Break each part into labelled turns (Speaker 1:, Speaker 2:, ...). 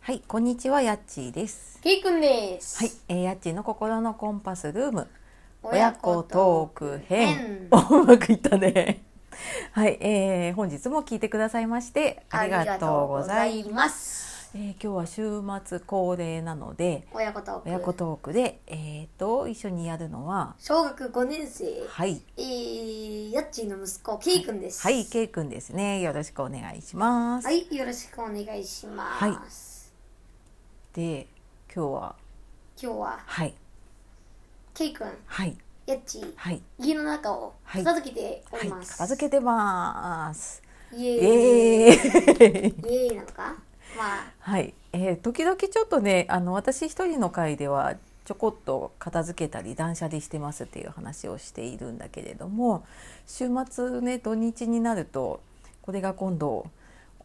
Speaker 1: はい、こんにちは、やっちーです。
Speaker 2: ケイくんです。
Speaker 1: はい、えー、やっちーの心のコンパスルーム、親
Speaker 2: 親
Speaker 1: 子
Speaker 2: 子
Speaker 1: ト
Speaker 2: ト
Speaker 1: ーク編
Speaker 2: 編。
Speaker 1: お、うまくいったね。はい、えー、本日も聞いてくださいまして、ありがとうございます。
Speaker 2: ます。
Speaker 1: えー、今日は週末恒例なので、
Speaker 2: 親子トーク。
Speaker 1: 親子トークで、えーと、一緒にやるのは、
Speaker 2: 小学5年生、
Speaker 1: はい、
Speaker 2: えー、やっちーの息子、ケイくんです。
Speaker 1: はい、けいくんですね。よろしくお願いします。
Speaker 2: はい、よろしくお願いします。
Speaker 1: で、今日は、
Speaker 2: 今日は、
Speaker 1: はい、
Speaker 2: ケイくん、
Speaker 1: はい、
Speaker 2: やっちー、
Speaker 1: はい、
Speaker 2: 家の中を
Speaker 1: はい
Speaker 2: 片付けてお
Speaker 1: は
Speaker 2: り
Speaker 1: い、
Speaker 2: ます。
Speaker 1: 片付けてます。
Speaker 2: けイエ
Speaker 1: イエ
Speaker 2: ーイ。
Speaker 1: ーイ
Speaker 2: イエーイなのかまあ、
Speaker 1: はい、えー時々ちょっとねあの私一人の会ではちょこっと片付けたり断捨離してますっていう話をしているんだけれども週末ね土日になるとこれが今度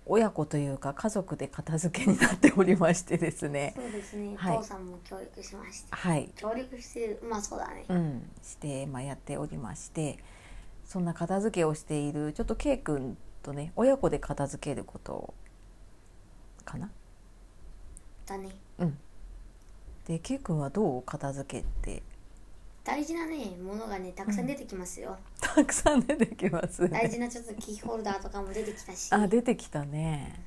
Speaker 1: 親子というか家族で片付けになっておりましてですね
Speaker 2: そうですね、
Speaker 1: はい
Speaker 2: お父さんも協力しました。
Speaker 1: はい、
Speaker 2: 協力してる、まあそうだね。
Speaker 1: うん、して、まあ、やっておりましてそんな片付けをしているちょっと K 君とね親子で片付けることかな
Speaker 2: だね。
Speaker 1: で K 君はどう片付けて
Speaker 2: 大事なね、ものがね、たくさん出てきますよ。
Speaker 1: たくさん出てきます、
Speaker 2: 大
Speaker 1: ね。
Speaker 2: 事なちょっとキーホルダーとかも出てきたしあ
Speaker 1: あ出てきたね。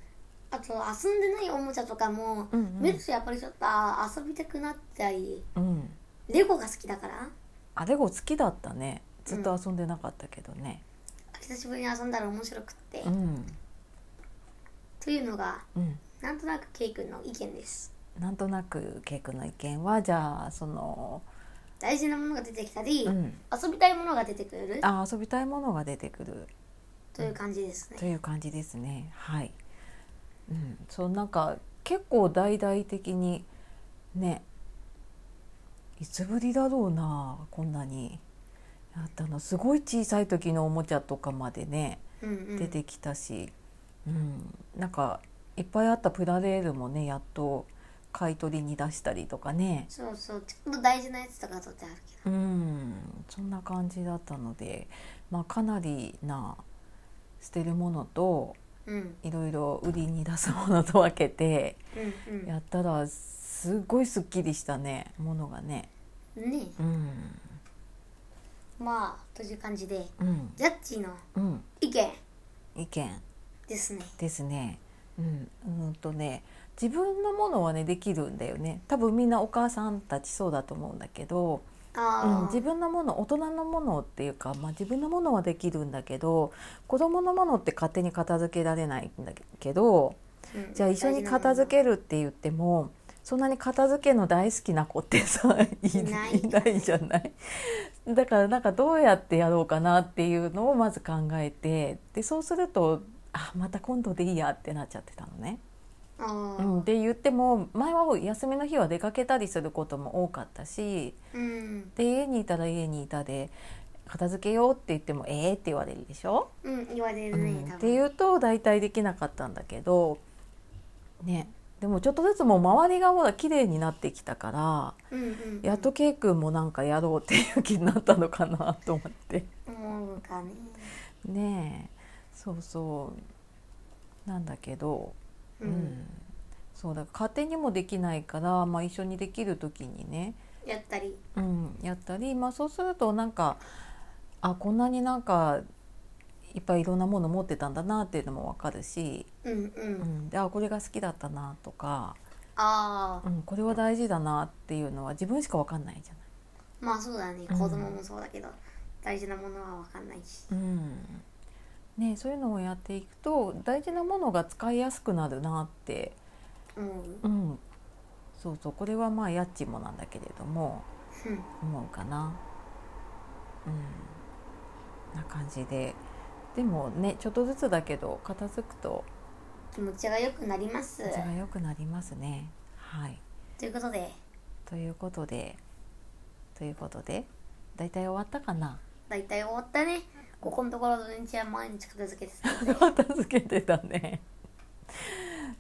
Speaker 2: と遊んでないおもちゃとかも、
Speaker 1: うんう
Speaker 2: 見
Speaker 1: ん
Speaker 2: る。とやっぱりちょっとあ遊びたくなったり
Speaker 1: うん、
Speaker 2: レゴが好きだから
Speaker 1: あレゴ好きだったね。ずっと遊んでなかったけどね。
Speaker 2: 久しぶりに遊んだら面白くって、
Speaker 1: うん、
Speaker 2: というのが
Speaker 1: うん。
Speaker 2: なんとなくケイ君の意見です
Speaker 1: なんとなくケイ君の意見はじゃあその、
Speaker 2: 大事なものが出てきたり、
Speaker 1: うん、
Speaker 2: 遊びたいものが出てくる
Speaker 1: あ遊びたいものが出てくる
Speaker 2: という感じです
Speaker 1: と
Speaker 2: ね
Speaker 1: いう感じですね。はい。うん、そうなんか結構大々的にね、いつぶりだろうなこんなにやったの。すごい小さい時のおもちゃとかまでね。
Speaker 2: うんうん
Speaker 1: 出てきたし、うんなんかいっぱいあったプラレールもねやっと買い取りに出したりとかね、
Speaker 2: そうそうちょっと大事なやつとか取ってあるけ
Speaker 1: うん、そんな感じだったので、まあ、かなりな捨てるものと
Speaker 2: どうん
Speaker 1: いろいろ売りに出すものと分けて
Speaker 2: うん
Speaker 1: やったらすごいすっきりしたねものがね。
Speaker 2: うんね
Speaker 1: うん
Speaker 2: まあという感じで
Speaker 1: うん
Speaker 2: ジャッジの
Speaker 1: うん、
Speaker 2: 意見
Speaker 1: 意見
Speaker 2: ですね
Speaker 1: ですね。うん、うんとね自分のものはねできるんだよね多分みんなお母さんたちそうだと思うんだけど、
Speaker 2: あ
Speaker 1: う
Speaker 2: あ、
Speaker 1: ん、自分のもの大人のものっていうか、まあ、自分のものはできるんだけど子供のものって勝手に片付けられないんだけど
Speaker 2: うん
Speaker 1: じゃあ一緒に片付けるって言ってもそんなに片付けの大好きな子って さい
Speaker 2: いない
Speaker 1: いないじゃないだからなんかどうやってやろうかなっていうのをまず考えてでそうするとあまた今度でいいやってなっちゃってたのね。
Speaker 2: あー
Speaker 1: うん、で言っても前は休みの日は出かけたりすることも多かったし
Speaker 2: うん、
Speaker 1: で家にいたら家にいたで片付けようって言っても「えー」って言われるでしょ、
Speaker 2: うん、言われる
Speaker 1: う
Speaker 2: ね、
Speaker 1: ん、
Speaker 2: 多
Speaker 1: って
Speaker 2: 分
Speaker 1: いうと大体できなかったんだけどねでもちょっとずつもう周りがほら綺麗になってきたから
Speaker 2: うんうんうん、
Speaker 1: やっと K 君もなんかやろうっていう気になったのかなと思って
Speaker 2: 思うかね
Speaker 1: ねえそうそうなんだけど
Speaker 2: う、
Speaker 1: うんんそうだから家庭にもできないから、まあ、一緒にできる時にね、
Speaker 2: やったり
Speaker 1: うん、やったり、まあ、そうするとなんかあこんなになんかいっぱいいろんなもの持ってたんだなっていうのも分かるし、
Speaker 2: うんうん、
Speaker 1: うん、であこれが好きだったなとか、
Speaker 2: ああ
Speaker 1: うん、これは大事だなっていうのは自分しか分かんないじゃ
Speaker 2: まあそうだね
Speaker 1: うん
Speaker 2: 子供もそうだけど、大事なものは分かんないし
Speaker 1: ない。うんね、そういうのをやっていくと大事なものが使いやすくなるなって、
Speaker 2: 思う、
Speaker 1: うん、そうそうこれはまあやっちもなんだけれども、
Speaker 2: うん、
Speaker 1: 思うかな。うん、な感じででもねちょっとずつだけど片付くと
Speaker 2: 気持ちが良くなります
Speaker 1: 味が良くなりますね。はい、
Speaker 2: ということで
Speaker 1: ということでということで大体終わったかな
Speaker 2: 大体終わったねここのところ土日は毎日片付けてたので
Speaker 1: 片付けてたね。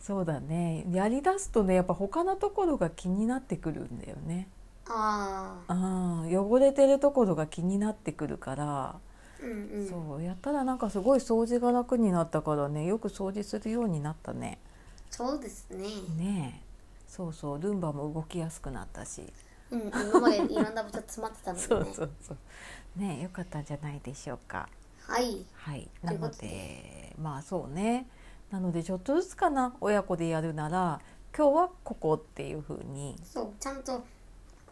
Speaker 1: そうだねやりだすとねやっぱ他のところが気になってくるんだよね。
Speaker 2: ああ
Speaker 1: あー汚れてるところが気になってくるから
Speaker 2: うんうん
Speaker 1: そうやったらなんかすごい掃除が楽になったからねよく掃除するようになったね
Speaker 2: そうですね
Speaker 1: ねえそうそうルンバも動きやすくなったし、
Speaker 2: うん、今までいろんな場所詰まってたので、ね、
Speaker 1: そうそうそうね良かったんじゃないでしょうか。
Speaker 2: はい
Speaker 1: はい、
Speaker 2: と
Speaker 1: な
Speaker 2: いうこ
Speaker 1: の
Speaker 2: とで
Speaker 1: でまあそうねなのでちょっとずつかな親子でやるなら今日はここっていう風に
Speaker 2: そうちゃんと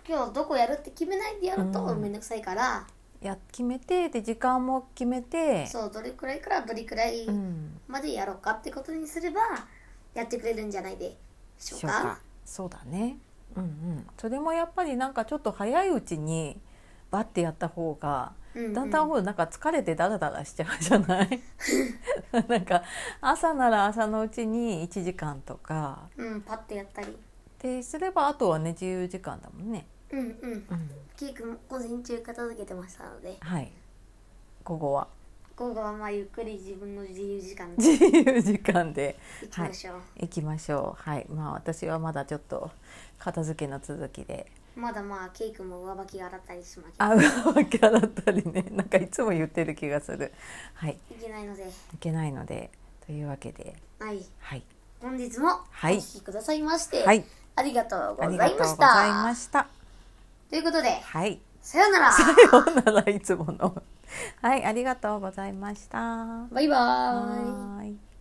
Speaker 2: 今日どこやるって決めないでやると
Speaker 1: うん
Speaker 2: 面倒くさいから、
Speaker 1: や決めてで時間も決めて
Speaker 2: そうどれくらいからどれくらい
Speaker 1: うん
Speaker 2: までやろうかってことにすればやってくれるんじゃないでしょう
Speaker 1: し
Speaker 2: か
Speaker 1: ょうかそうだねうんうんそれもやっぱりなんかちょっと早いうちにバッてやった方が
Speaker 2: うんうん
Speaker 1: だんだんほらなんか疲れてダラダラしちゃうじゃない なんか朝なら朝のうちに1時間とか
Speaker 2: うんパッとやったり
Speaker 1: ですればあとはね自由時間だもんね。
Speaker 2: うんうん
Speaker 1: うん、
Speaker 2: ケイ君も午前中片付けてましたので
Speaker 1: はい午後は
Speaker 2: 午後はまあゆっくり自分の自由時間で
Speaker 1: 自由時間で
Speaker 2: いきましょう、
Speaker 1: 行きましょうはいまあ私はまだちょっと片付けの続きで
Speaker 2: まだまあケイ君も上履きが洗ったりしまきゃ
Speaker 1: あ上履き洗ったりねなんかいつも言ってる気がするはい
Speaker 2: いけないので
Speaker 1: いけないのでというわけで
Speaker 2: はい
Speaker 1: はい
Speaker 2: 本日もお
Speaker 1: はい
Speaker 2: 聞きくださいまして、
Speaker 1: はい
Speaker 2: ありがとう
Speaker 1: あ
Speaker 2: ご
Speaker 1: り
Speaker 2: ざ
Speaker 1: が
Speaker 2: い
Speaker 1: とう
Speaker 2: ま
Speaker 1: ござ
Speaker 2: し
Speaker 1: いま
Speaker 2: た
Speaker 1: した
Speaker 2: ということで
Speaker 1: はい
Speaker 2: さようなら
Speaker 1: さようならいつものはいありがとうございました
Speaker 2: バイバーイ
Speaker 1: ーい